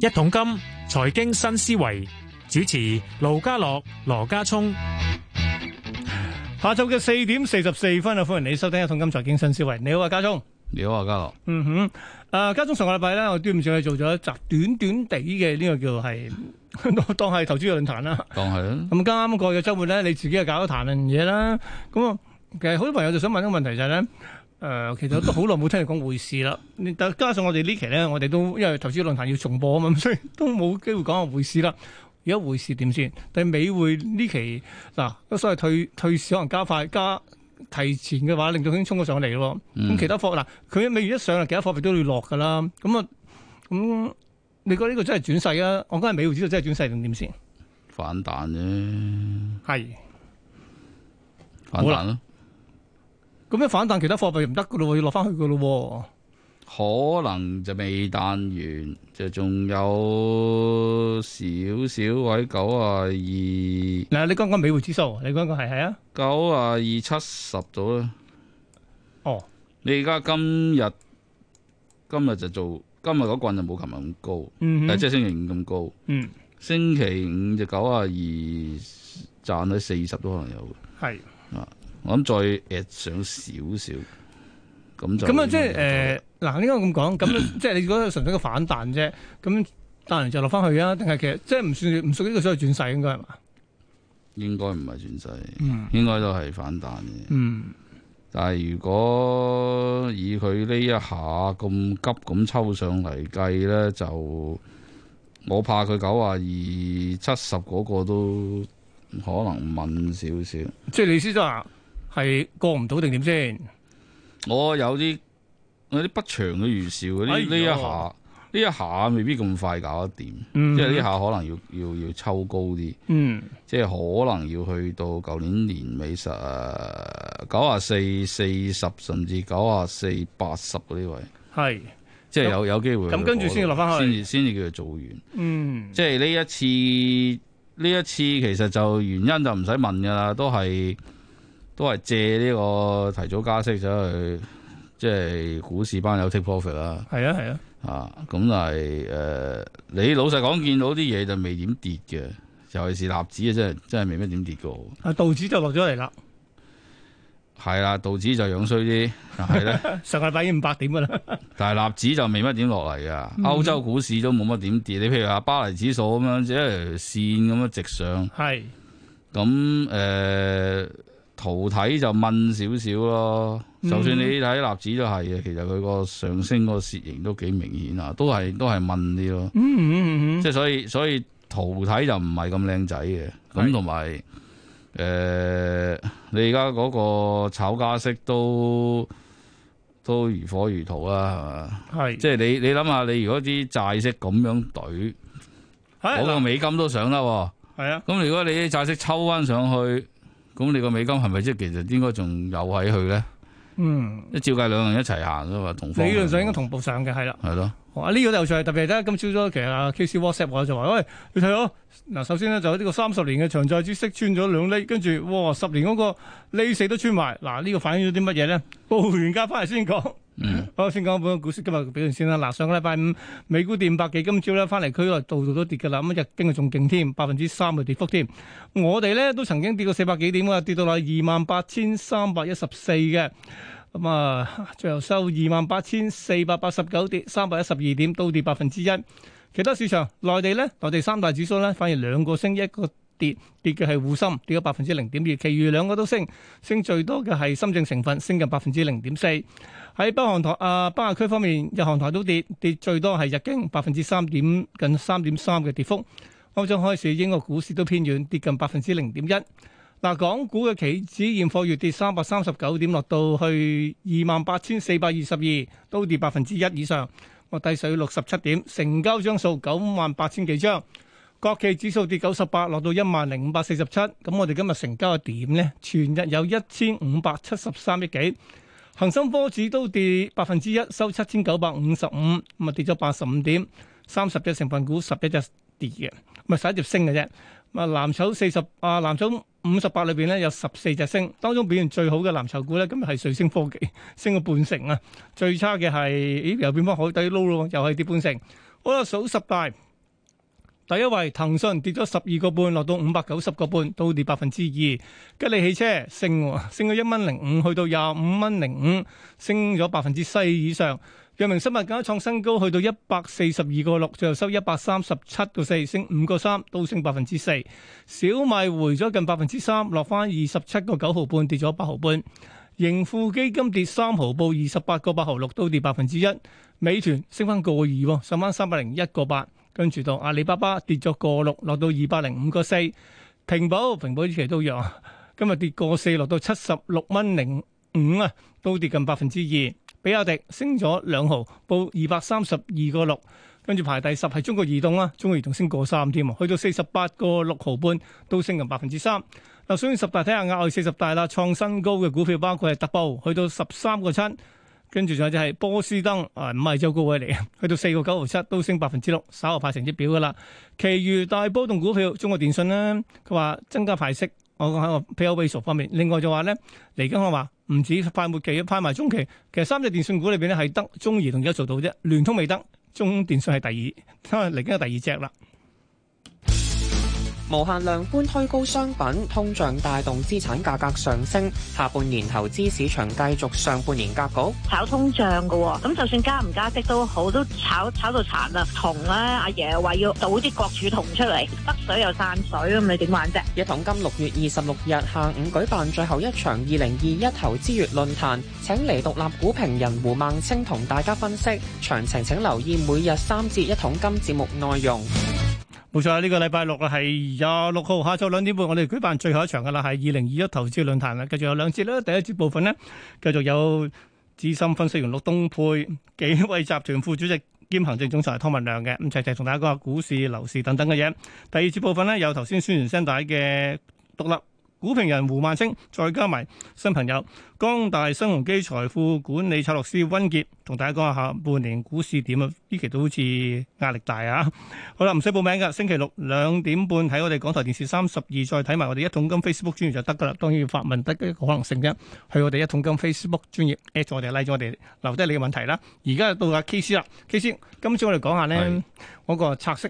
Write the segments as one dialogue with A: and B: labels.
A: 一桶金財經新思維主持盧家樂、羅家聰。
B: 下晝嘅四點四十四分啊，歡迎你收聽《一桶金財經新思維》。你好啊，家聰。
C: 你好啊，家樂。
B: 嗯哼，誒、家中上個禮拜咧，我端午節去做咗一集短短地嘅呢個叫係 當係投資嘅論壇啦。
C: 當係啦，
B: 咁啱啱過嘅週末咧，你自己又搞咗談論嘢啦。咁啊，其實好多朋友就想問一個問題就係、呢：咧。誒、其實都好耐冇聽你講匯市啦。你但加上我哋呢期咧，我哋都因為投資論壇要重播啊嘛，咁所以都冇機會講下匯市啦。而家匯市點先？但係美匯呢期嗱，所謂退退市可能加快加提前嘅話，令到已經衝咗上嚟咯。咁、
C: 嗯
B: 其他貨嗱，佢美元一上啦，其他貨幣都要落噶啦。咁啊，咁、你覺得呢個真係轉勢啊？我覺得美匯指數真係轉勢定點先？
C: 反彈啫，
B: 係。
C: 反
B: 好
C: 彈
B: 啦
C: 啦，
B: 咁一反彈，其他貨幣又唔得噶咯喎，要落翻去噶咯
C: 可能就未彈完，就仲有少少位九啊二、
B: 喎。嗱，你講講美匯指數，你講講係係啊？
C: 九啊二七十到啦。
B: 哦，
C: 你而家今日今日就做，今日嗰棍就冇琴日咁高，
B: 嗯
C: 但
B: 哼
C: 係即係星期五咁高。
B: 嗯，
C: 星期五就九啊二，賺咗四十都可能有嘅。
B: 係。
C: 我諗再 at 上少少，咁就
B: 咁啊，即
C: 應
B: 係
C: 該有
B: 誒嗱，應該咁講，咁即係你覺得純粹嘅反彈啫，咁彈完就落翻去啊？定係其實即係唔算唔屬於呢個所謂轉勢應該係嘛？
C: 應該唔係轉勢，
B: 嗯
C: 應該都係反彈嘅。
B: 嗯，
C: 但係如果以佢呢一下咁急咁抽上嚟計呢，就我怕佢九啊二七十嗰個都可能問少少。
B: 即係你意思就話係過唔到定點先？
C: 我有啲有啲不祥嘅預兆，
B: 哎
C: 呢
B: 呦
C: 呢一下呢一下未必咁快搞得掂，
B: 嗯，
C: 即係呢下可能要要要抽高啲。
B: 嗯
C: 即係可能要去到舊年年尾十九啊四四十甚至九啊四八十嗰啲位，
B: 係
C: 即係有有機會去到
B: 咁跟住先要落返去
C: 先至先至叫做做完。
B: 嗯
C: 即係呢一次呢一次其實就原因就唔使問㗎啦，都係都係借呢個提早加息走去，即係股市班友 take profit 啦。
B: 係啊係啊，
C: 啊，咁但係誒，你老實講，見到啲嘢就未點跌嘅，尤其是納指啊，真係真係未乜點跌過。
B: 啊道指就落咗嚟啦，
C: 係啦，道指就樣衰啲，係咧，
B: 上個禮拜已經五百點㗎啦，
C: 但係納指就未乜點落嚟噶。歐洲股市都冇乜點跌，你譬如話巴黎指數咁樣，即係條線咁樣直上，
B: 係
C: 咁誒、呃圖睇就問少少咯。
B: 嗯
C: 就算你睇納指都係嘅，其實佢個上升嗰個楔形都幾明顯啊，都係都係問啲咯。
B: 嗯嗯嗯嗯
C: 即係所以所以圖睇就唔係咁靚仔嘅，
B: 係
C: 咁同埋誒你而家嗰個炒加息都都如火如荼啦，係嘛？
B: 係
C: 即係你你諗下，你如果啲債息咁樣懟，
B: 係
C: 嗰個
B: 嗱
C: 美金都上得喎，
B: 係啊
C: 咁如果你啲債息抽翻上去。咁你個美金係咪即係其實應該仲有位去咧？
B: 嗯。
C: 即係照計兩樣一齊行噶嘛，同方
B: 理論上應該
C: 同
B: 同步上嘅，係啦。
C: 係咯。
B: 哇！呢、個都有趣，特別係咧，今朝早其實阿 K C WhatsApp 我就話：喂，你睇咯，嗱，首先咧就呢個三十年嘅長債孳息穿咗兩厘，跟住哇十年嗰個厘四都穿埋。嗱，呢、個反映咗啲乜嘢咧？報完價翻嚟先講。
C: 嗯
B: 好，先講本港股市今日嘅表現先啦。嗱，上個禮拜五美股跌五百幾，今朝咧翻嚟區內度度都跌㗎啦。咁日經啊仲勁添，百分之三嘅跌幅添。我哋咧都曾經跌過四百幾點㗎，跌到落二萬八千三百一十四嘅。咁啊，最後收二萬八千四百八十九跌三百一十二點，都跌百分之一。其他市場內地咧，內地三大指數咧，反而兩個升一個跌，跌嘅係滬深跌咗百分之零點二，其餘兩個都升，升最多嘅係深證成分升近百分之零點四。喺北韓台啊、北亞區方面，日韓台都跌，跌最多係日經百分之三點近三點三嘅跌幅。歐洲開市，英國股市都偏軟，跌近百分之零點一。嗱，港股嘅期指現貨月跌三百三十九點，落到去二萬八千四百二十二，都跌百分之一以上。我低水六十七點，成交張數九萬八千幾張。國企指數跌九十八，落到一萬零五百四十七。咁我哋今日成交係點呢？全日有一千五百七十三億幾。恒生科指都跌百分之一，收七千九百五十五，啊咁啊跌咗八十五點，三十隻成分股十一隻跌嘅，咪十一隻升嘅啫。啊，藍籌四十啊，藍籌五十八裏邊咧有十四隻升，當中表現最好嘅藍籌股咧，今日係瑞聲科技， 升咗半成啊。最差嘅係，咦又變翻海底撈咯，又係跌半成。好啦，數十大。第一位騰訊跌咗十二個半，落到五百九十個半，都跌百分之二。吉利汽車升喎，升咗一蚊零五，去到廿五蚊零五，升咗百分之四以上。藥明生物更加創新高，去到一百四十二個六，最後收一百三十七個四，升五個三，都升百分之四。小米回咗近百分之三，落翻二十七個九毫半，跌咗八毫半。盈富基金跌三毫，報二十八個八毫六，都跌百分之一。美團升翻個二喎，上翻三百零一個八。跟住到阿里巴巴跌咗個六，落到二百零五個四。平保平保呢期都弱啊，今日跌個四，落到七十六蚊零五啊，都跌近百分之二。比亞迪升咗兩毫，報二百三十二個六。跟住排第十係中國移動啦，啊中國移動升過三添，啊去到四十八個六毫半，都升近百分之三。嗱，所以十大睇下額外四十大啦，創新高嘅股票包括係特步，去到十三個七，跟住仲有就係波司登，啊唔係周高位嚟嘅，去到四個九毫七，都升百分之六，稍後派成績表噶啦。其餘大波動股票，中國電信咧，佢話增加派息，我講喺個 p a y r a t 方面，另外就話咧，嚟緊我話唔止派末期，派埋中期，其實三隻電信股裏邊咧係得中移同而家做到啫，聯通未得。中電信係第二，嚟緊係第二隻啦。
D: 無限量寬推高商品，通脹帶動資產價格上升。下半年投資市場繼續上半年格局。
E: 炒通脹嘅喎、咁就算加唔加息都好，都炒炒到殘啦。銅咧，阿爺話要倒啲國儲銅出嚟，北水又散水，咁你點玩啫？
D: 一桶金六月二十六日下午舉辦最後一場二零二一投資月論壇，請嚟獨立股評人胡孟青同大家分析。詳情請留意每日三節一桶金節目內容。
B: 冇錯，呢個禮拜六啊，係廿六號下晝兩點半，我哋舉辦最後一場噶啦，係二零二一投資論壇啦。繼續有兩節啦，第一節部分呢，繼續有資深分析員陸東配、紀惠集團副主席兼行政總裁湯文亮嘅，咁齊齊同大家講下股市、樓市等等嘅嘢。第二節部分呢，有頭先宣傳聲帶嘅獨立股評人胡萬清，再加埋新朋友光大新鴻基財富管理策略師温傑，同大家講下下半年股市點啊！呢期都好似壓力大啊！好啦，唔使報名噶，星期六兩點半睇我哋港台電視三十二，再睇埋我哋一桶金 Facebook 專頁就得噶啦。當然要發問得一個可能性啫，去我哋一桶金 Facebook 專頁 at 咗我哋 like 咗我哋，留低你嘅問題啦。而家到阿 K 師啦，K 師，今朝我哋講下呢
C: 係
B: 嗰個拆息，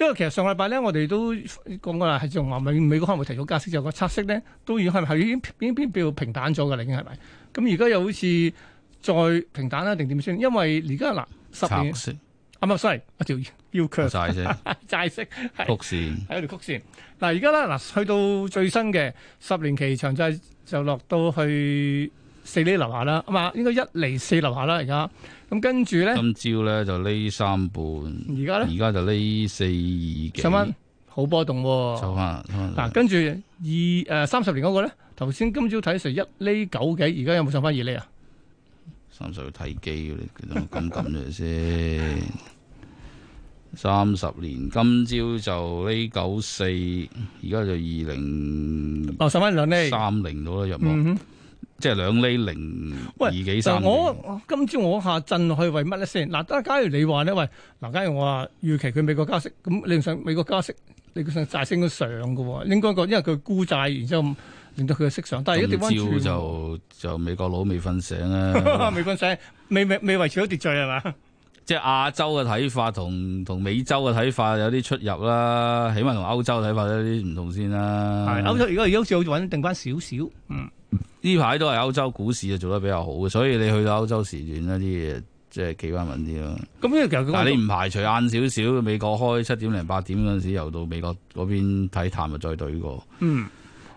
B: 因為其實上個禮拜咧我哋都講過啦，係仲話美美國可能會提早加息之後，個拆息咧都已經係係已經已經變變平淡咗噶啦，已經係咪？咁而家又好似再平淡啦，定點先？因為而家嗱十
C: 拆
B: 年
C: 息
B: 啊，唔係，sorry，一條 要強
C: 晒啫，
B: 債息係。
C: 曲 線
B: 喺條曲線。嗱，而家咧嗱，去到最新嘅十年期長債就落到去四厘樓下啦，啊嘛，應該一厘四樓下啦，而家。咁跟住咧，
C: 今朝咧就呢三半，
B: 而家咧
C: 而家就呢四二幾，
B: 上翻好波動喎、
C: 收翻
B: 嗱，跟住二誒三十年嗰個咧，頭先今朝睇成一厘九幾，而家有冇上翻二厘啊？
C: 三十要睇機嘅，你咁撳咗先。三十年，今朝就呢九四，而家就二零
B: 哦，上翻兩厘。
C: 三零到啦，入幕，
B: 嗯哼，
C: 即係兩厘零
B: 喂
C: 二幾
B: 就
C: 三幾。
B: 我我今朝我下震落去為乜咧先？嗱，假假如你話咧，喂，嗱，假如我話預期佢美國加息，咁你想美國加息，你個債升都上嘅喎，應該個因為佢沽債，然之後令到佢嘅息上，但係而家調翻
C: 今
B: 轉喎。
C: 朝就就美國佬未瞓醒 啊！
B: 未瞓醒，未未未維持到秩序係嘛？
C: 即係亞洲嘅睇法同同美洲嘅睇法有啲出入啦，起碼同歐洲嘅睇法有啲唔同先啦。
B: 係歐洲而家而家好似好穩定翻少少，嗯，
C: 呢排都係歐洲股市啊做得比較好嘅，所以你去到歐洲時段咧啲嘢即係企翻穩啲咯。
B: 咁啊呢個其實
C: 但係
B: 佢
C: 你唔排除晏少少美國開七點零八點嗰陣時，又到美國嗰邊睇淡啊就再對過。
B: 嗯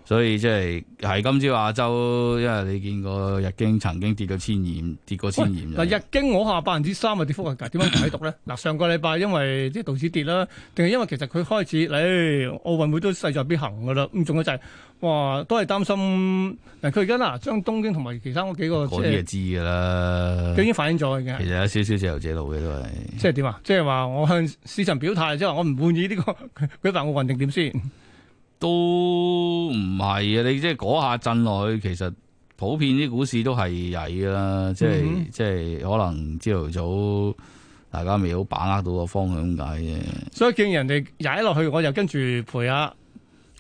C: 所以即係係今朝亞洲，因為你見過日經曾經跌到千二，跌過千二就係。
B: 嗱日經我下百分之三嘅跌幅係點樣解 讀咧？嗱上個禮拜因為即係道指跌啦，定係因為其實佢開始，誒、奧運會都勢在必行噶啦，咁仲有就係、哇都係擔心嗱佢而家嗱將東京同埋其他嗰幾個即
C: 哦嗰啲就
B: 係
C: 知㗎啦
B: 佢已。經反映咗嘅
C: 其，實有少少自由者路嘅都係。
B: 即係點啊？即係話我向市場表態，即係話我唔滿意呢、個舉辦奧運定點先？
C: 都唔係啊！你即係嗰下震落去，其實普遍啲股市都係曳噶啦，即係、
B: 嗯
C: 即係可能朝頭早大家未好把握到個方向咁解啫。
B: 所以見人哋踩落去，我又跟住陪下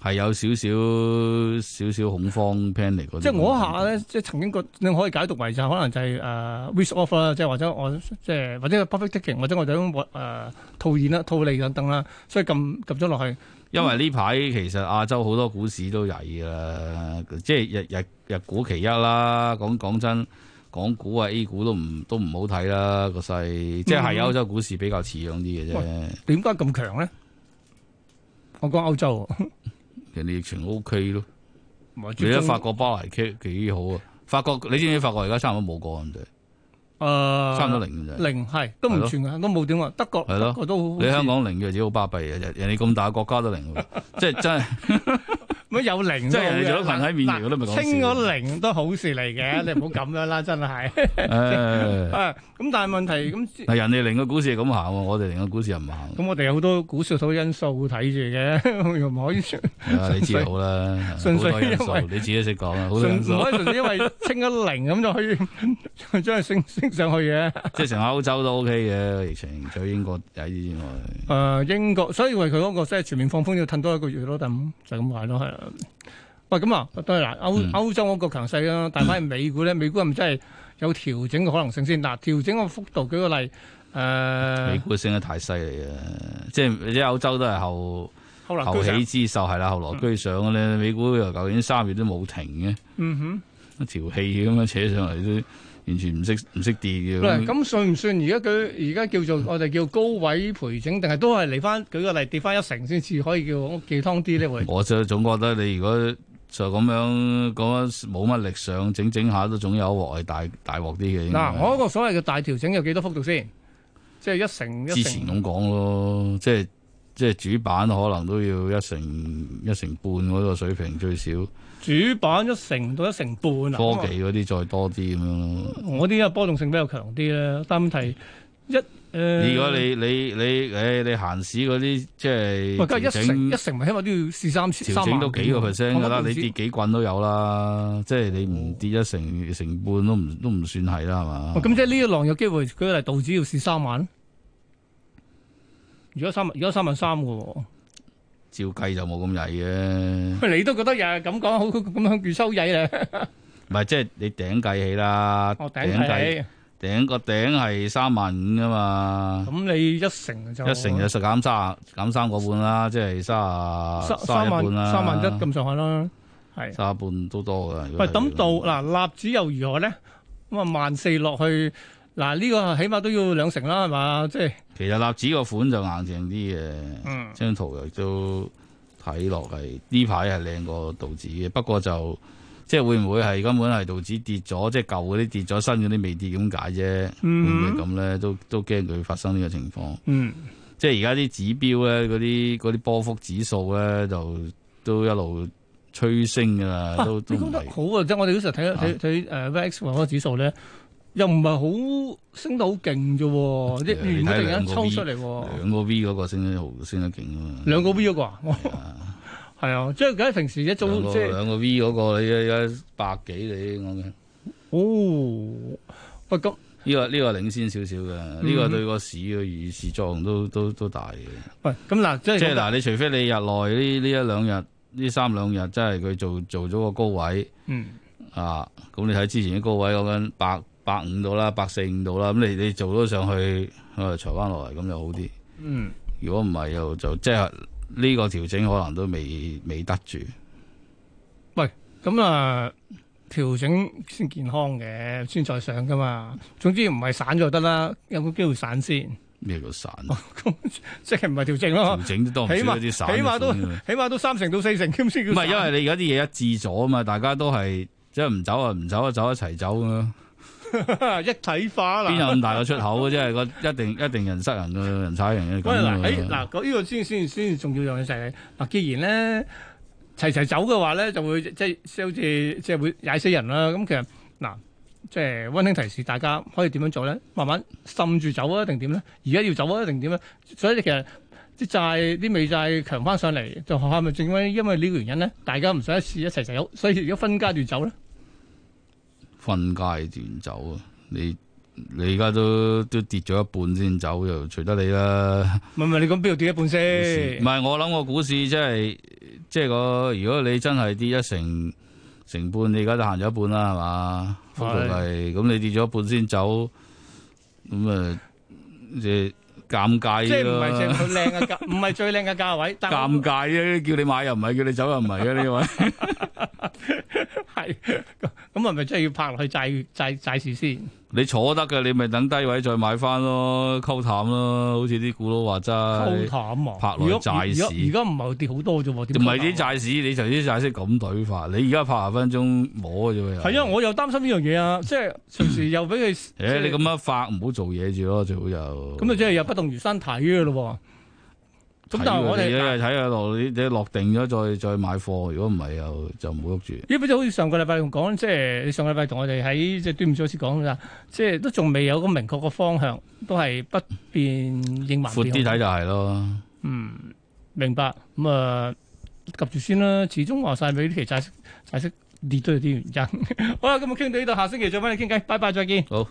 C: 係有少少少少恐慌 panic 嗰啲。
B: 即係我一下咧，即係曾經覺你可以解讀為就係可能就係、誒、risk off 啦，即係或者我即係或者 perfect taking，或者我就咁誒、套現啦、套利等等啦，所以撳撳咗落去。
C: 因為呢排其實亞洲好多股市都曳㗎啦，即係日日日股其一啦。講講真，港股啊 A 股都唔都唔好睇啦個勢，
B: 嗯
C: 即係係歐洲股市比較似樣啲嘅啫。
B: 點解咁強咧？我講歐洲喎，
C: 人哋疫情 O K 咯，
B: 唔係
C: 你
B: 最
C: 一
B: 終
C: 法國巴黎幾幾好啊？法國你知唔知法國而家差唔多冇個咁滯，
B: 誒
C: 差唔多零咁滯。
B: 啊零係都唔算嘅，都冇點啊。德國
C: 係咯
B: 德國都好
C: 你香港零嘅自己好巴閉 啊！人人哋咁大個國家都零喎，即係真係
B: 乜有零
C: 即
B: 都
C: 係
B: 好嘅
C: 人哋做咗群體免疫我都唔係講笑
B: 清咗零都好事嚟 嘅，你唔好咁樣啦，真係。
C: 誒。
B: 啊咁但係問題咁。
C: 嗱，人哋零個股市係咁行喎，我哋零個股市又唔行，
B: 咁我哋有好多股市套因素睇住嘅， 又唔可以純
C: 係啊你知好啦，好
B: 純粹
C: 多因素
B: 因為，
C: 你自己都識講啊，好多因素
B: 唔，可以純粹因為清一零咁就可以 將佢升升上去嘅。誒、
C: 即係成個歐洲都 OK 嘅疫情，除咗英國仔之外，
B: 啊英國，所以為佢嗰個即係全面放風要褪多一個月咯，就咁就咁解咯，係啊。喂，咁啊，當然啦，歐
C: 嗯
B: 歐洲嗰個強勢啦，但係翻美股咧，美股係咪真係有調整嘅可能性先？嗱，調整個幅度，舉個例，誒、
C: 美股升得太犀利啊！即係即係歐洲都係後
B: 後來
C: 後
B: 居上
C: 起之秀係啦，後來居上咧，美股由舊年三月都冇停
B: 嗯哼。
C: 嘅，一條氣咁樣扯上嚟都完全唔識唔識跌嘅。
B: 嗱，咁算唔算而家佢而家叫做我哋叫高位培整，定係都係嚟翻舉個例跌翻一成先至可以叫屋企湯啲咧？會
C: 我就總覺得你如果就咁樣講冇乜力上，整整下都總有一鑊係大大鑊啲嘅。應該
B: 嗱，我嗰個所謂嘅大調整有幾多幅度先？即係一成一
C: 之前
B: 成。
C: 咁講咯，即係即係主板可能都要一成一成半嗰個水平最少，
B: 主板一成到一成半啊！
C: 科技嗰啲再多啲咁樣咯。
B: 我啲啊波動性比較強啲啦，但問題一誒，
C: 如果你你你誒你閒市嗰啲即係
B: 喂，梗係
C: 調
B: 一成
C: 整
B: 一成，咪起碼都要試三千
C: 調
B: 三萬
C: 整
B: 啊
C: 都幾個 percent 㗎啦，
B: 我乜都唔
C: 你
B: 知哦
C: 跌幾棍都有啦，即係你唔跌一成成半都唔都唔算係啦，係嘛？
B: 哦咁即係呢一浪有機會，舉個例道指要試三萬，而家三萬而家三萬三嘅喎。
C: 照計就冇咁曳嘅。
B: 喂你都覺得又係咁講，好咁樣預收曳咧？
C: 唔係，即係你頂計起啦，
B: 我哦頂你，
C: 頂個頂係三萬五噶嘛，
B: 咁你一成就
C: 一成就實減三減三個半啦，即係
B: 三
C: 三三
B: 三
C: 一
B: 萬
C: 半啦，
B: 三萬一咁上下啦，係。
C: 三一半都多噶。如果
B: 喂，
C: 係
B: 咁到嗱，納指又如何咧？咁啊，萬四落去嗱，呢、個起碼都要兩成啦，係嘛？即係
C: 其實立子個款就硬淨啲嘅，
B: 嗯，
C: 張圖又都睇落係呢排係靚過道指嘅，不過就即係會唔會係根本係道指跌咗，即係舊嗰啲跌咗，新嗰啲未跌咁解啫？會
B: 嗯
C: 唔會咁咧？都都驚佢發生呢個情況。
B: 嗯，
C: 即係而家啲指標咧，嗰啲嗰啲波幅指數咧，就都一路催升噶啦，
B: 啊
C: 都都
B: 你
C: 唔
B: 講得
C: 係
B: 好啊！即係我哋嗰時候睇睇睇
C: 啊
B: 誒 VX 嗰個指數咧，又唔係好升得好勁啫喎，即係
C: 你
B: 原本
C: 睇
B: 突然
C: 兩
B: 間
C: 個
B: 抽
C: V，
B: 出嚟喎，
C: 兩個 V 嗰個升得好，升得勁啊嘛。
B: 兩個 V 嗰個啊，
C: 係啊
B: 係啊，即係梗係平時一早
C: 兩個
B: 即係。
C: 兩個 V 嗰個，你而家百幾你講緊？
B: 哦，喂，咁
C: 呢個呢個領先少少嘅，
B: 嗯
C: 呢個對個市嘅預示作用都都都大嘅。
B: 喂，咁嗱，即係
C: 即係，嗱，你除非你日內呢呢一兩日呢三兩日，真係佢做做咗個高位。
B: 嗯，
C: 啊，咁你睇之前啲高位講緊百百五到啦，百四五到啦，咁你你做咗上去，啊除翻落嚟咁又好啲。
B: 嗯，
C: 如果唔係又就即係呢個調整可能都未未得住。
B: 咁啊，調整先健康嘅，先再上噶嘛。總之唔係散就得啦，有冇機會散先？
C: 咩叫散？
B: 咁即係唔係調整咯
C: 調？整都多
B: 哦
C: 唔
B: 起
C: 少
B: 碼
C: 一啲散
B: 起碼都
C: 嘅款嘅
B: 起碼都三成到四成咁先叫
C: 唔
B: 散。
C: 係因為你而家啲嘢一致咗啊嘛，大家都係即係唔走啊，唔走啊，走一齊走啊，
B: 一體化啦。
C: 邊有咁大個出口啊？即係個一定一定人塞人嘅人踩人嘅
B: 喂
C: 咁
B: 嗱，
C: 㗎
B: 喺嗱，咁呢個先先先重要樣嘢就係嗱，既然咧齊齊走嘅話咧，就會即係即係好似即係會踩死人啦。咁其實嗱，即係温馨提示大家可以點樣做咧？慢慢滲住走啊，定點咧？而家要走啊，定點咧？所以其實啲債啲美債強翻上嚟，就係咪正因為因為呢個原因咧？大家唔想一次一齊齊走，所以而家分階段走咧。
C: 分階段走啊！你你而家都都跌咗一半先走，又隨得你啦。
B: 唔係唔係，你講邊度跌一半
C: 唔
B: 先？
C: 係我諗個股市真係即係個如果你真係跌一成成半，你而家都行咗一半啦，係嘛？幅度係咁，你跌咗一半先走，咁啊，即係尷尬
B: 即係唔係
C: 咯
B: 最靚嘅價，唔係最靚嘅價位，但係
C: 尷尬啫，叫你買又唔係，叫你走又唔係嘅呢位。
B: 係咁係咪真係要拍落去債債債市先？
C: 你坐得嘅，你咪等低位再買翻咯，溝淡咯，好似啲古佬話
B: 溝
C: 齋。
B: 淡啊！
C: 拍落去
B: 如果
C: 債市
B: 如果而家唔係跌好多啫喎，
C: 唔
B: 唔
C: 係啲債市，你就啲債息咁懟法，你而家拍廿分鐘摸嘅啫喎。
B: 係啊！我又擔心呢樣嘢啊，即係隨 時又俾佢即
C: 誒，
B: 係
C: 你咁樣發唔好做嘢住咯，最好就
B: 咁啊，即係又不動如山睇嘅咯喎。咁但係我
C: 睇佢
B: 哋
C: 你睇下落，你你落定咗再再買貨，如果唔係又就唔好喐住。
B: 依家就好似上個禮拜同講，即係你上個禮拜同我哋喺即係端午節嗰時講啦，即係都仲未有個明確嘅方向，都係不變應萬
C: 闊
B: 變。
C: 啲睇就係咯，
B: 嗯，明白。咁、啊，及住先啦。始終話晒俾呢期債 啊息債息跌都有啲原因。好啦，咁我傾到呢度，下星期再翻嚟傾偈。拜拜，再見。
C: 好，